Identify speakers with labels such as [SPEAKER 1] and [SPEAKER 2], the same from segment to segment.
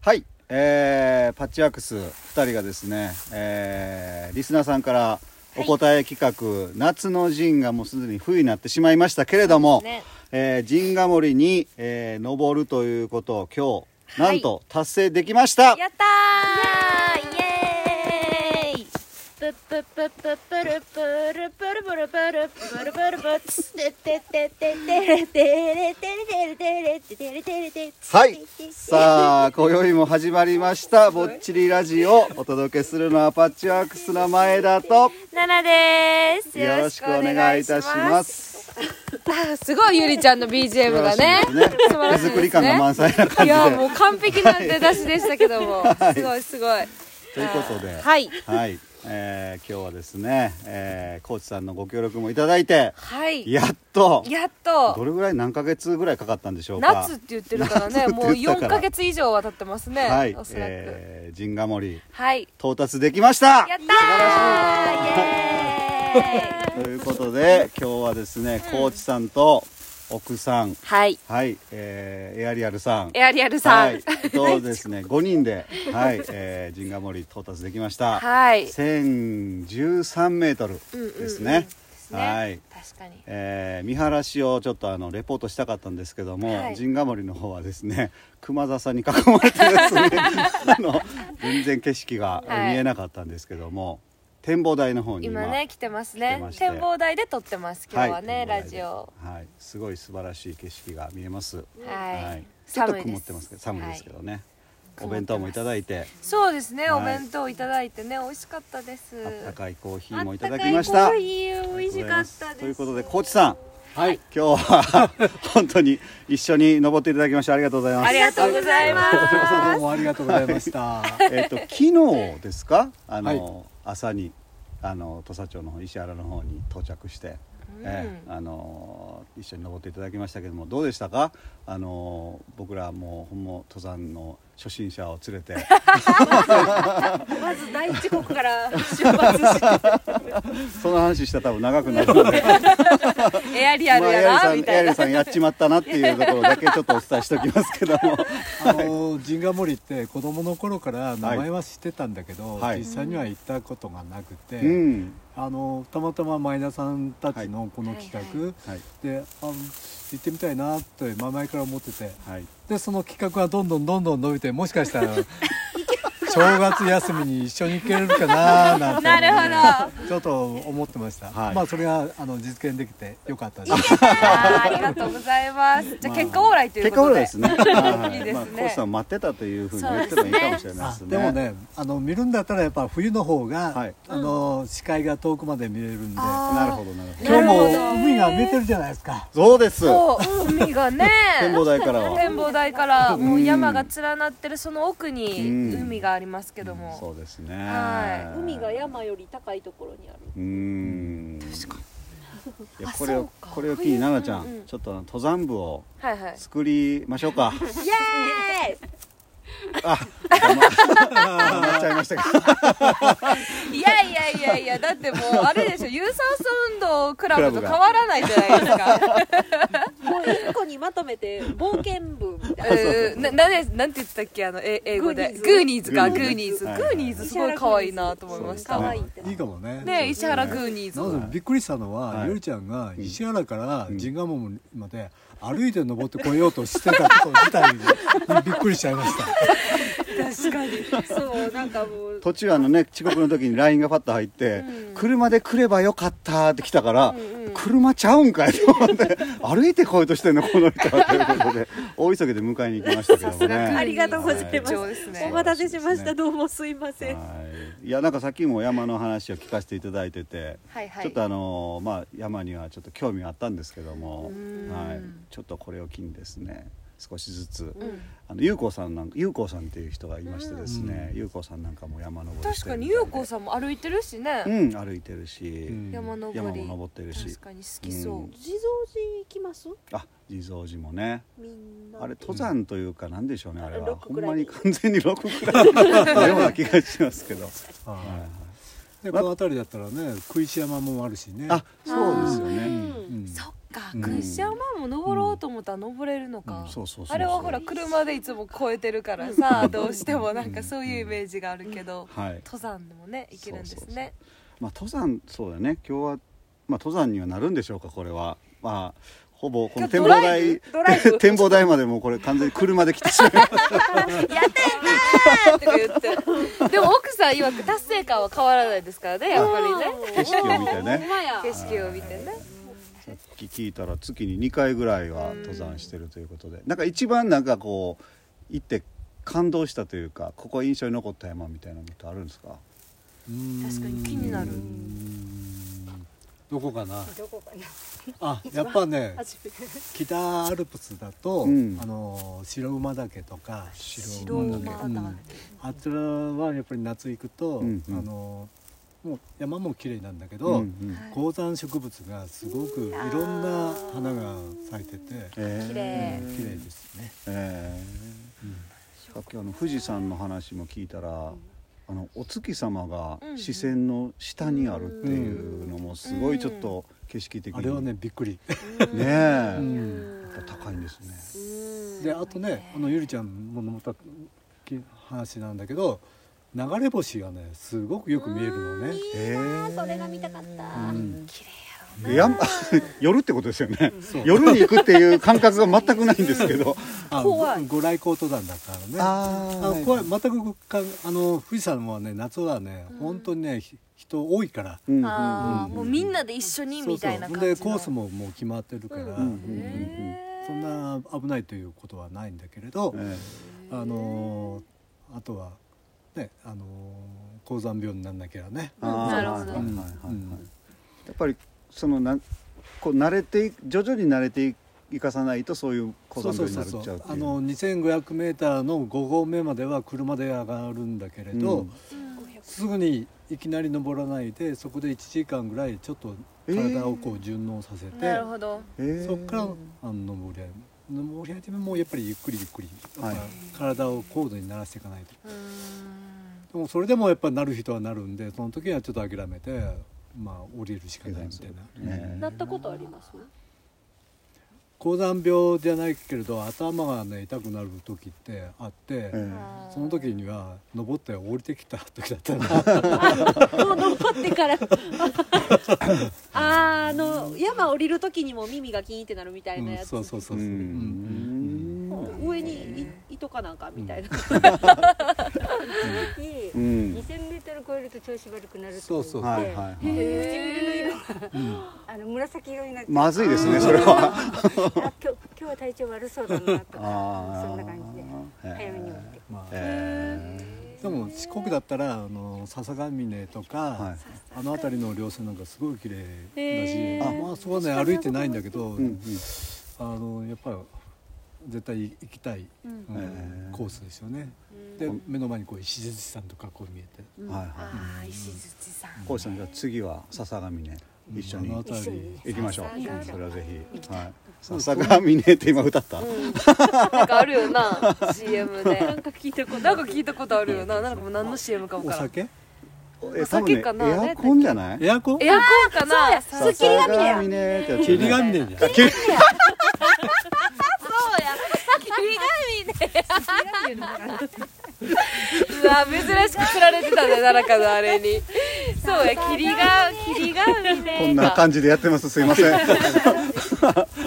[SPEAKER 1] はい、えーパッチワークス2人がですね、えーリスナーさんからお答え企画、夏の陣がもうすでに冬になってしまいましたけれども、
[SPEAKER 2] そうですね
[SPEAKER 1] えー陣ヶ森に、えー登るということを今日、
[SPEAKER 2] はい
[SPEAKER 1] なんと達成できました
[SPEAKER 2] やったーイエーイプップップップップルプルプルプルプルプルプルプルツテテテテテレテレテレテレテレテレテレテレ
[SPEAKER 1] はいさあ今宵も始まりました「ぼっちりラジオ」お届けするのはパッチワークスの前田と
[SPEAKER 2] ナナです
[SPEAKER 1] よろしくお願いいたしますす。
[SPEAKER 3] すごいゆりちゃんの BGM がね
[SPEAKER 1] 素晴らしいです
[SPEAKER 3] 素晴らし
[SPEAKER 1] 手
[SPEAKER 3] いですね
[SPEAKER 1] 作り感が満載な感
[SPEAKER 3] い
[SPEAKER 1] じで
[SPEAKER 3] やもう完璧な出だしでしたけど も、すごいすごい
[SPEAKER 1] ということでは、
[SPEAKER 3] はいい
[SPEAKER 1] えー今日はですね、えー、コーチさんのご協力もいただいて
[SPEAKER 3] はい
[SPEAKER 1] やっと
[SPEAKER 3] やっ
[SPEAKER 1] ど
[SPEAKER 3] と
[SPEAKER 1] れぐらい何ヶ月ぐらいかかったんでしょうか
[SPEAKER 3] 夏って言ってるからね
[SPEAKER 1] 夏って
[SPEAKER 3] もう
[SPEAKER 1] 言ったから
[SPEAKER 3] 4ヶ月以上は経ってますね、
[SPEAKER 1] はい
[SPEAKER 3] おそらく、
[SPEAKER 1] えー、陣ヶ森
[SPEAKER 3] はい
[SPEAKER 1] 到達できました
[SPEAKER 3] やった
[SPEAKER 2] イエーイ
[SPEAKER 1] ということで今日はですね、コーチさんと奥さん
[SPEAKER 3] ーはい
[SPEAKER 1] はい、えーエアリアルさん
[SPEAKER 3] エアリアル さん
[SPEAKER 1] はい、とですね5人で、はいえー、陣ヶ森到達できました
[SPEAKER 3] はい
[SPEAKER 1] 1013メートルですね、
[SPEAKER 3] ね
[SPEAKER 1] はい
[SPEAKER 3] 確かに
[SPEAKER 1] えー見晴らしをちょっとあのレポートしたかったんですけども、
[SPEAKER 3] はい
[SPEAKER 1] 陣ヶ森の方はですね 熊笹に囲まれてですね あの全然景色が見えなかったんですけども、展望台の方に今
[SPEAKER 3] 今ね来てます
[SPEAKER 1] 来て
[SPEAKER 3] ね
[SPEAKER 1] まして
[SPEAKER 3] 展望台で撮ってます今日はね、
[SPEAKER 1] 展望台
[SPEAKER 3] ラ
[SPEAKER 1] で
[SPEAKER 3] ジオ
[SPEAKER 1] はい、すごい素晴らしい景色が見えます、
[SPEAKER 3] はい、
[SPEAKER 1] ちょっと
[SPEAKER 3] 寒い
[SPEAKER 1] 曇ってますけど寒いですけ
[SPEAKER 3] は
[SPEAKER 1] どね、
[SPEAKER 3] はい
[SPEAKER 1] お弁当もいただいて
[SPEAKER 3] そうですね、
[SPEAKER 1] はい
[SPEAKER 3] お弁当いただいてね美味しかったです
[SPEAKER 1] あった
[SPEAKER 3] い
[SPEAKER 1] かいコーヒーもいただきました
[SPEAKER 3] あったかいコーヒー美味しかったです
[SPEAKER 1] ということでコーチさんはい、今日は 本当に一緒に登っていただきましてありがとうございます
[SPEAKER 3] ありがとうございま
[SPEAKER 4] こちらこそどう
[SPEAKER 3] す
[SPEAKER 4] もありがとうございました。
[SPEAKER 1] えっと昨日ですかあの、朝にあの土佐町の方石原の方に到着して、ええあの一緒に登っていただきましたけどもどうでしたかあの僕らもうほんま登山の初心者を連れ て
[SPEAKER 3] まず第一国から出発して
[SPEAKER 1] その話したら多分長くなるので
[SPEAKER 3] エアリアル
[SPEAKER 1] エア
[SPEAKER 3] や
[SPEAKER 1] リ
[SPEAKER 3] な
[SPEAKER 1] さん
[SPEAKER 3] み
[SPEAKER 1] エ
[SPEAKER 3] た
[SPEAKER 1] ア
[SPEAKER 3] い
[SPEAKER 1] リ
[SPEAKER 3] な
[SPEAKER 1] さんやっちまったなっていうところだけちょっとお伝えしておきますけども
[SPEAKER 4] あの陣ヶ森って子供の頃から名前は知ってたんだけど、
[SPEAKER 1] はい
[SPEAKER 4] 実際には行ったことがなくて、
[SPEAKER 1] うん
[SPEAKER 4] あのたまたま前田さんたちのこの企画、
[SPEAKER 1] はい
[SPEAKER 4] であの行ってみたいなって前々から思ってて
[SPEAKER 1] はい
[SPEAKER 4] でその企画がどんどんどんどん伸びてもしかしたら 正月休みに一緒に行けるかななんて思って
[SPEAKER 3] なる
[SPEAKER 4] ちょっと思ってました、
[SPEAKER 1] はい
[SPEAKER 4] まあそれがあの実現できてよかったです
[SPEAKER 3] あーありがとうございますじゃあ結果オーライという
[SPEAKER 1] 結
[SPEAKER 3] こ
[SPEAKER 1] 果オー
[SPEAKER 3] と
[SPEAKER 1] ライ
[SPEAKER 3] で
[SPEAKER 1] ですね
[SPEAKER 3] いい
[SPEAKER 1] は
[SPEAKER 3] です
[SPEAKER 1] まあコ
[SPEAKER 3] ね
[SPEAKER 1] ーチさんを待ってたというふうに言ってもいいかもしれないですね
[SPEAKER 4] でもねあの見るんだったらやっぱ冬の方が、
[SPEAKER 1] はい
[SPEAKER 4] あの視界が遠くまで見れるんで今
[SPEAKER 1] なるほどなるほど
[SPEAKER 4] 日も海が見えてるじゃないですか
[SPEAKER 1] そうです
[SPEAKER 3] そう海がね
[SPEAKER 1] 展望台からは
[SPEAKER 3] 展望台からもう山が連なってるその奥に海がありますけども、
[SPEAKER 1] そうですね
[SPEAKER 3] は
[SPEAKER 5] 海が山より高いところにある
[SPEAKER 1] うーん確かにいやこれ
[SPEAKER 3] そう
[SPEAKER 1] を
[SPEAKER 3] か
[SPEAKER 1] これを機に奈々ちゃ
[SPEAKER 3] うんうんん
[SPEAKER 1] ちょっとあの登山部を
[SPEAKER 3] はいはい
[SPEAKER 1] 作りましょうか
[SPEAKER 2] イエーイ
[SPEAKER 1] なっちゃいましたけど
[SPEAKER 3] いやいやいやいやだってもうあれでしょ有酸素運動クラブと変わらないじゃない ですか
[SPEAKER 5] もう一個にまとめて冒険部みたいな
[SPEAKER 3] えーななでなんて言ってたっけあのえ英語で
[SPEAKER 5] グ
[SPEAKER 3] グー
[SPEAKER 5] ー
[SPEAKER 3] ニーズかグ
[SPEAKER 1] グ
[SPEAKER 3] ー
[SPEAKER 1] ー
[SPEAKER 3] ニ
[SPEAKER 1] ニ
[SPEAKER 3] ー
[SPEAKER 1] ーズ
[SPEAKER 3] ズグ
[SPEAKER 1] はい
[SPEAKER 3] ーニーズすごい可愛いなと思いました
[SPEAKER 5] 可愛いって
[SPEAKER 4] いいかもね
[SPEAKER 3] ね石原
[SPEAKER 1] ね
[SPEAKER 3] グーニーズ
[SPEAKER 4] なぜびっくりしたのは、
[SPEAKER 1] はい
[SPEAKER 4] ゆりちゃんが石原から神ヶ門まで歩いて登ってこようとしてたこと自体 にびっくりしちゃいました
[SPEAKER 3] 確かに
[SPEAKER 5] そうなんかもう
[SPEAKER 1] 途中あのね遅刻の時に LINE がパッと入って「車で来ればよかった」って来たから「車ちゃうんかい」と思って「歩いてこようとしてんのこの人は」ということで大急ぎで迎えに行きましたけどもね
[SPEAKER 5] ありがとうございます
[SPEAKER 3] はい貴重ですね
[SPEAKER 5] お待たせしました
[SPEAKER 1] は
[SPEAKER 5] どうもすいません
[SPEAKER 1] いいやなんかさっきも山の話を聞かせていただいてて
[SPEAKER 3] はいは
[SPEAKER 1] ちょ
[SPEAKER 3] い
[SPEAKER 1] っとあのーまあ山にはちょっと興味はあったんですけども、はい、ちょっとこれを機にですね少しずつ、あの優子さんなんか優子さんっていう人がいましてですね、優子さんなんかも山登り
[SPEAKER 3] 確かに優子
[SPEAKER 1] ん
[SPEAKER 3] さんも歩いてるしね、
[SPEAKER 1] うん歩いてるし、
[SPEAKER 4] うん
[SPEAKER 3] 山登り
[SPEAKER 1] 山も登ってるし
[SPEAKER 3] 確かに好きそう、
[SPEAKER 1] うん
[SPEAKER 5] 地蔵寺行きます
[SPEAKER 1] あ地蔵寺もね
[SPEAKER 5] みんな
[SPEAKER 1] あれ登山というかなんでしょうね、あれ
[SPEAKER 5] ロ
[SPEAKER 1] は
[SPEAKER 5] ック
[SPEAKER 1] ほ
[SPEAKER 5] ぐ
[SPEAKER 1] ん
[SPEAKER 5] らい
[SPEAKER 1] まに完全にロックくらいのような気がしますけど、はいはい
[SPEAKER 4] でこの辺りだったらね食いし山もあるしね
[SPEAKER 1] あそうですよね、
[SPEAKER 5] うん
[SPEAKER 4] うん
[SPEAKER 3] そっか、
[SPEAKER 1] うん
[SPEAKER 3] クッションマンも登ろうと思ったら登れるのか、
[SPEAKER 1] うんそうそうそうそう
[SPEAKER 3] あれはほら車でいつも越えてるからさどうしてもなんかそういうイメージがあるけど、
[SPEAKER 1] はい
[SPEAKER 3] 登山でもね行けるんですね
[SPEAKER 1] まあ登山そうだね今日はまあ登山にはなるんでしょうかこれはまあほぼこの展望台
[SPEAKER 3] ドライブ
[SPEAKER 1] 展望台までもうこれ完全に車で来てしまいました
[SPEAKER 3] やってんなーとか言ってでも奥さん曰く達成感は変わらないですからねやっぱりね
[SPEAKER 1] 景色を見てね
[SPEAKER 5] ほんまや
[SPEAKER 3] 景色を見てね
[SPEAKER 1] さっき聞いたら月に2回ぐらいは登山してるということで、なんか一番なんかこう行って感動したというかここ印象に残った山みたいなのってあるんですか
[SPEAKER 3] 確かに気になる
[SPEAKER 4] どこかな
[SPEAKER 5] どこかな
[SPEAKER 4] あやっぱね
[SPEAKER 5] 初めて
[SPEAKER 4] 北アルプスだと、
[SPEAKER 1] うん
[SPEAKER 4] あの白馬岳とか白
[SPEAKER 3] 白馬
[SPEAKER 4] う
[SPEAKER 3] だ
[SPEAKER 4] んあちらはやっぱり夏行くと、
[SPEAKER 1] うんうん
[SPEAKER 4] あのもう山も綺麗なんだけ
[SPEAKER 1] うんう
[SPEAKER 4] ど、
[SPEAKER 1] ん
[SPEAKER 4] 高山植物がすごくいろんな花が咲いてて
[SPEAKER 1] えー
[SPEAKER 3] 綺麗
[SPEAKER 4] 綺麗ですね。
[SPEAKER 1] えーさっきあの富士山の話も聞いたら、あのお月様が
[SPEAKER 3] うん
[SPEAKER 1] 視線の下にあるっていうのもすごいちょっと景色的に
[SPEAKER 4] あれはねびっくり。
[SPEAKER 1] ねえ、
[SPEAKER 4] うん
[SPEAKER 1] やっぱ高いんですね
[SPEAKER 4] であとねあのゆりちゃんもまたき話なんだけど流れ星がねすごくよく見えるのね。
[SPEAKER 1] えー
[SPEAKER 5] それが見たかった
[SPEAKER 4] うん
[SPEAKER 1] やん 夜ってことですよね
[SPEAKER 4] そう
[SPEAKER 1] 夜に行くっていう感覚が全くないんですけ ど
[SPEAKER 4] あ
[SPEAKER 3] 怖い
[SPEAKER 4] ごご来光登山だからね。あ
[SPEAKER 1] あ
[SPEAKER 4] のこれ全くかあの富士山はね夏はね本当にねひ人多いから。
[SPEAKER 1] うんうん
[SPEAKER 3] あーもうみんなで一緒にみたいな感じの
[SPEAKER 4] そうそうでコースももう決まってるから、
[SPEAKER 1] うんうん
[SPEAKER 4] そんな危ないということはないんだけれど、
[SPEAKER 1] え
[SPEAKER 4] あのーあとはねあのー高山病にならなきゃね
[SPEAKER 1] えあー
[SPEAKER 3] なるほど
[SPEAKER 1] はいはいはいはい
[SPEAKER 4] うん
[SPEAKER 1] やっぱりそのなこう慣れてい徐々に慣れていかさないとそういう小山病になるっちゃうって
[SPEAKER 4] あ
[SPEAKER 1] いう
[SPEAKER 4] の 2500m の5合目までは車で上がるんだけれど、
[SPEAKER 1] うん
[SPEAKER 4] すぐにいきなり登らないでそこで1時間ぐらいちょっと体をこう順応させて、
[SPEAKER 3] なるほど
[SPEAKER 1] えー
[SPEAKER 4] そこからあの登り登り始めもやっぱりゆっくりゆっくり、
[SPEAKER 1] はい
[SPEAKER 4] やっぱ体を高度に慣らしていかないと
[SPEAKER 3] うーん
[SPEAKER 4] でもそれでもやっぱなる人はなるんでその時はちょっと諦めてまあ降りるしかないみたいな、
[SPEAKER 1] ね
[SPEAKER 5] なったことあります
[SPEAKER 4] 高山病じゃないけれど頭がね痛くなる時ってあって、
[SPEAKER 1] え
[SPEAKER 4] その時には登って降りてきた時だったな
[SPEAKER 5] もう登ってからあーあの山降りる時にも耳がキーンってなるみたいな
[SPEAKER 4] うん
[SPEAKER 5] やつ、
[SPEAKER 4] そうそううそう
[SPEAKER 1] う
[SPEAKER 4] そううんん
[SPEAKER 5] 上にいいとかなんかみたいな、
[SPEAKER 6] いい
[SPEAKER 1] うん
[SPEAKER 6] 2000m 超えると調子悪くなる
[SPEAKER 4] そうそう
[SPEAKER 1] はいはいはい
[SPEAKER 6] 唇の色があの紫色になって
[SPEAKER 1] まずいですねそれは
[SPEAKER 6] あ今日今日は体調悪そう だなとか
[SPEAKER 1] あー
[SPEAKER 6] そんな感じで
[SPEAKER 1] へー
[SPEAKER 6] 早めに持って
[SPEAKER 4] まあ
[SPEAKER 1] え
[SPEAKER 4] でも四国だったらあの笹ヶ峰とか、
[SPEAKER 1] ーはい
[SPEAKER 4] あの辺りの稜線なんかすごい綺麗だし、
[SPEAKER 1] ー
[SPEAKER 4] あまあそこはね歩いてないんだけど、
[SPEAKER 1] うんうん
[SPEAKER 4] あのやっぱり絶対行きたい、うん
[SPEAKER 1] えー
[SPEAKER 4] コースですよね。で目の前にこう石鎚山とかこう見えて、
[SPEAKER 1] はいはい
[SPEAKER 3] あー石槌さん
[SPEAKER 1] こうさんじゃあ次は笹上ね一緒に
[SPEAKER 4] あの辺
[SPEAKER 6] 一緒
[SPEAKER 4] り
[SPEAKER 6] に
[SPEAKER 1] 行きましょう
[SPEAKER 6] 笹上
[SPEAKER 1] それはぜひはい笹上ねって今歌った
[SPEAKER 3] なんかあるよな CM でなんか聞いたことなんか聞いたことあるよななんかもう何の CM か分
[SPEAKER 4] お
[SPEAKER 3] からん
[SPEAKER 4] 酒
[SPEAKER 1] え
[SPEAKER 3] お酒かな
[SPEAKER 1] 多分ねエアコンじゃない
[SPEAKER 4] エアコン
[SPEAKER 3] エアコンかなそう
[SPEAKER 1] 笹上ねってやつね
[SPEAKER 4] 霧が見ねえじゃん
[SPEAKER 3] やさっき霧神ねうわ珍しく釣られてたね奈良かのあれにそうや霧が霧神ね
[SPEAKER 1] こんな感じでやってますすいません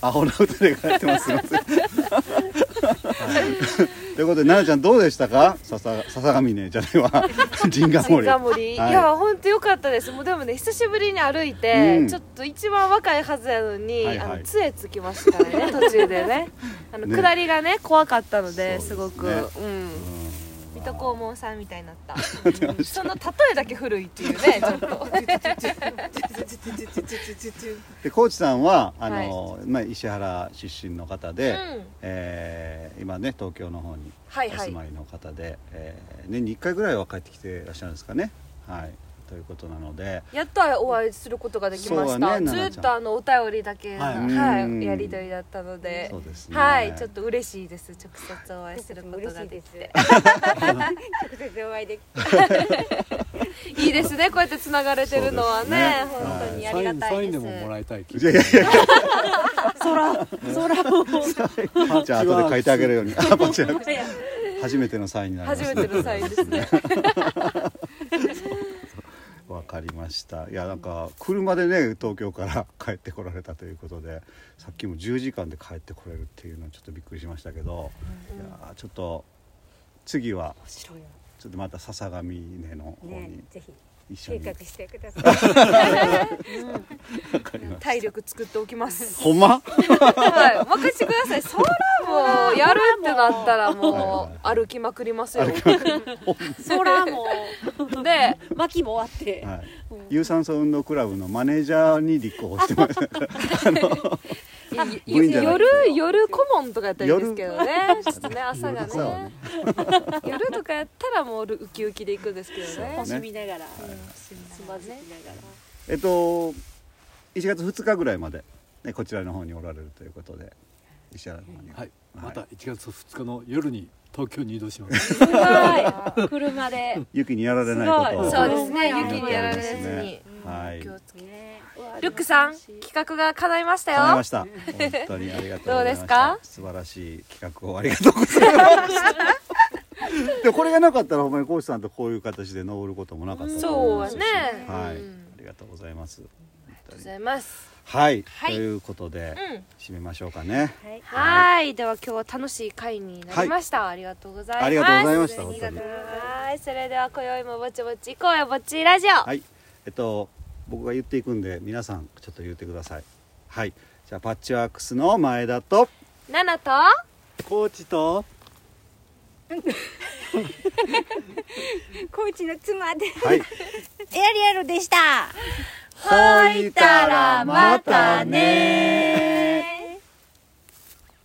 [SPEAKER 1] アホな歌でやってますすいませんということで奈々ちゃんどうでしたか笹笹上ねじゃない わ陣ヶ森
[SPEAKER 3] ガモリ、、
[SPEAKER 1] はいい
[SPEAKER 3] や本当良かったですもうでもね久しぶりに歩いて、
[SPEAKER 1] うん
[SPEAKER 3] ちょっと一番若いはずやのに、
[SPEAKER 1] はいはい
[SPEAKER 3] あの杖つきましたからね 途中でねあの
[SPEAKER 1] ね
[SPEAKER 3] 下りがね怖かったの
[SPEAKER 1] そう
[SPEAKER 3] で
[SPEAKER 1] ですね
[SPEAKER 3] すごく、
[SPEAKER 1] うん
[SPEAKER 3] うん水戸黄門さんみたいにな った、うんその例えだけ古いっていうねちょっと
[SPEAKER 1] でコーチさんはあの、まあ、石原出身の方で、
[SPEAKER 3] うん
[SPEAKER 1] えー今ね東京の方に
[SPEAKER 3] はい
[SPEAKER 1] お
[SPEAKER 3] は
[SPEAKER 1] 住
[SPEAKER 3] い
[SPEAKER 1] まいの方で、えー年に1回ぐらいは帰ってきてらっしゃるんですかねはいということなので
[SPEAKER 3] やっとお会いすることができま
[SPEAKER 1] そ
[SPEAKER 3] し
[SPEAKER 1] うだ
[SPEAKER 3] た、
[SPEAKER 1] ね奈々ちゃん
[SPEAKER 3] ずっとあのお便りだけの、
[SPEAKER 4] は
[SPEAKER 3] はいい
[SPEAKER 1] うん
[SPEAKER 3] やり取りだったので
[SPEAKER 1] そうですね
[SPEAKER 3] はいちょっと嬉しいです直接お会いすること
[SPEAKER 6] 嬉
[SPEAKER 3] が
[SPEAKER 6] しい
[SPEAKER 3] で
[SPEAKER 6] で
[SPEAKER 3] き
[SPEAKER 6] す
[SPEAKER 3] て
[SPEAKER 6] 直接お会いできて
[SPEAKER 3] いいですねこうやってつながれてるのはね
[SPEAKER 1] そうですね
[SPEAKER 3] 本当にあ
[SPEAKER 4] サ
[SPEAKER 3] り
[SPEAKER 4] イ
[SPEAKER 3] が
[SPEAKER 4] ン
[SPEAKER 3] た
[SPEAKER 4] サイ
[SPEAKER 3] い
[SPEAKER 4] ン
[SPEAKER 3] で
[SPEAKER 4] ですももらいたい気
[SPEAKER 1] いやいやい
[SPEAKER 5] 空空を
[SPEAKER 1] やじゃあ後で書いてあげるように あこちら初めてのサインになりま
[SPEAKER 3] 初
[SPEAKER 1] す
[SPEAKER 3] めてのサインですね
[SPEAKER 1] わかりましたいやなんか車でね東京から帰ってこられたということでさっきも10時間で帰ってこれるっていうのはちょっとびっくりしましたけど、いやーちょっと次は
[SPEAKER 6] 白いよ
[SPEAKER 1] ちょっとまた笹上根の方
[SPEAKER 6] ね
[SPEAKER 1] に
[SPEAKER 6] ぜひ
[SPEAKER 1] 一緒
[SPEAKER 6] 計
[SPEAKER 1] に
[SPEAKER 6] 画してください
[SPEAKER 1] わかりました
[SPEAKER 3] 体力作っておきます
[SPEAKER 1] ほんま
[SPEAKER 3] はいお任せくださいソラもやるってなったらもう歩きまくりますよ
[SPEAKER 5] 空も
[SPEAKER 3] で
[SPEAKER 5] 巻もあって
[SPEAKER 1] はい、有酸素運動クラブのマネージャーに立候補してます。部員じゃない
[SPEAKER 3] 夜夜顧問とかやったらいいんですけどねちょっとね朝が
[SPEAKER 1] 夜そう
[SPEAKER 3] ね
[SPEAKER 1] ね
[SPEAKER 3] 夜とかやったらもうウキウキで行くんですけどね
[SPEAKER 5] 楽しみながらつ
[SPEAKER 6] つ
[SPEAKER 5] ま
[SPEAKER 6] ま
[SPEAKER 5] ずき
[SPEAKER 6] ず
[SPEAKER 5] な
[SPEAKER 6] き
[SPEAKER 5] がら
[SPEAKER 1] えっと、1月2日ぐらいまで、ね、こちらの方におられるということで。石原の方に。
[SPEAKER 4] はい、また1月2日の夜に東京に移動します
[SPEAKER 5] すごい車で
[SPEAKER 1] 雪にやられないことを。
[SPEAKER 3] そうですね
[SPEAKER 1] 祈っておりますね
[SPEAKER 3] 雪にやられずに
[SPEAKER 1] はい。
[SPEAKER 3] 気を
[SPEAKER 1] わ
[SPEAKER 3] つけルックさん企画が叶いました
[SPEAKER 1] かりま
[SPEAKER 3] よ
[SPEAKER 1] した。本当にありがとうございました。
[SPEAKER 3] どうですか
[SPEAKER 1] 素晴らしい企画をありがとうございました。で、これがなかったら、ほんまにコウシさんとこういう形で登ることもなかったと
[SPEAKER 3] そう
[SPEAKER 1] 思いま
[SPEAKER 3] は
[SPEAKER 1] すし
[SPEAKER 3] ね
[SPEAKER 1] はい。あ
[SPEAKER 3] うん
[SPEAKER 1] りがとうございます。
[SPEAKER 3] ありがとうございます
[SPEAKER 1] はい、
[SPEAKER 3] はい
[SPEAKER 1] ということで、
[SPEAKER 3] うん
[SPEAKER 1] 締めましょうかね。
[SPEAKER 6] はい
[SPEAKER 3] はいでは今日は楽しい回になりました、ありがとうございます
[SPEAKER 1] ありがとうございました
[SPEAKER 3] ありが
[SPEAKER 1] 本
[SPEAKER 3] とうございますはいそれでは今宵もぼちぼち行こうよぼっちラジオ、
[SPEAKER 1] はい、えっと、僕が言っていくんで、皆さんちょっと言ってください。はい、じゃあパッチワークスの前田と。
[SPEAKER 3] ナナと
[SPEAKER 4] コーチと
[SPEAKER 6] コーチの妻で
[SPEAKER 1] はい、
[SPEAKER 6] エアリアルでした
[SPEAKER 1] ほいたらまたね
[SPEAKER 3] えー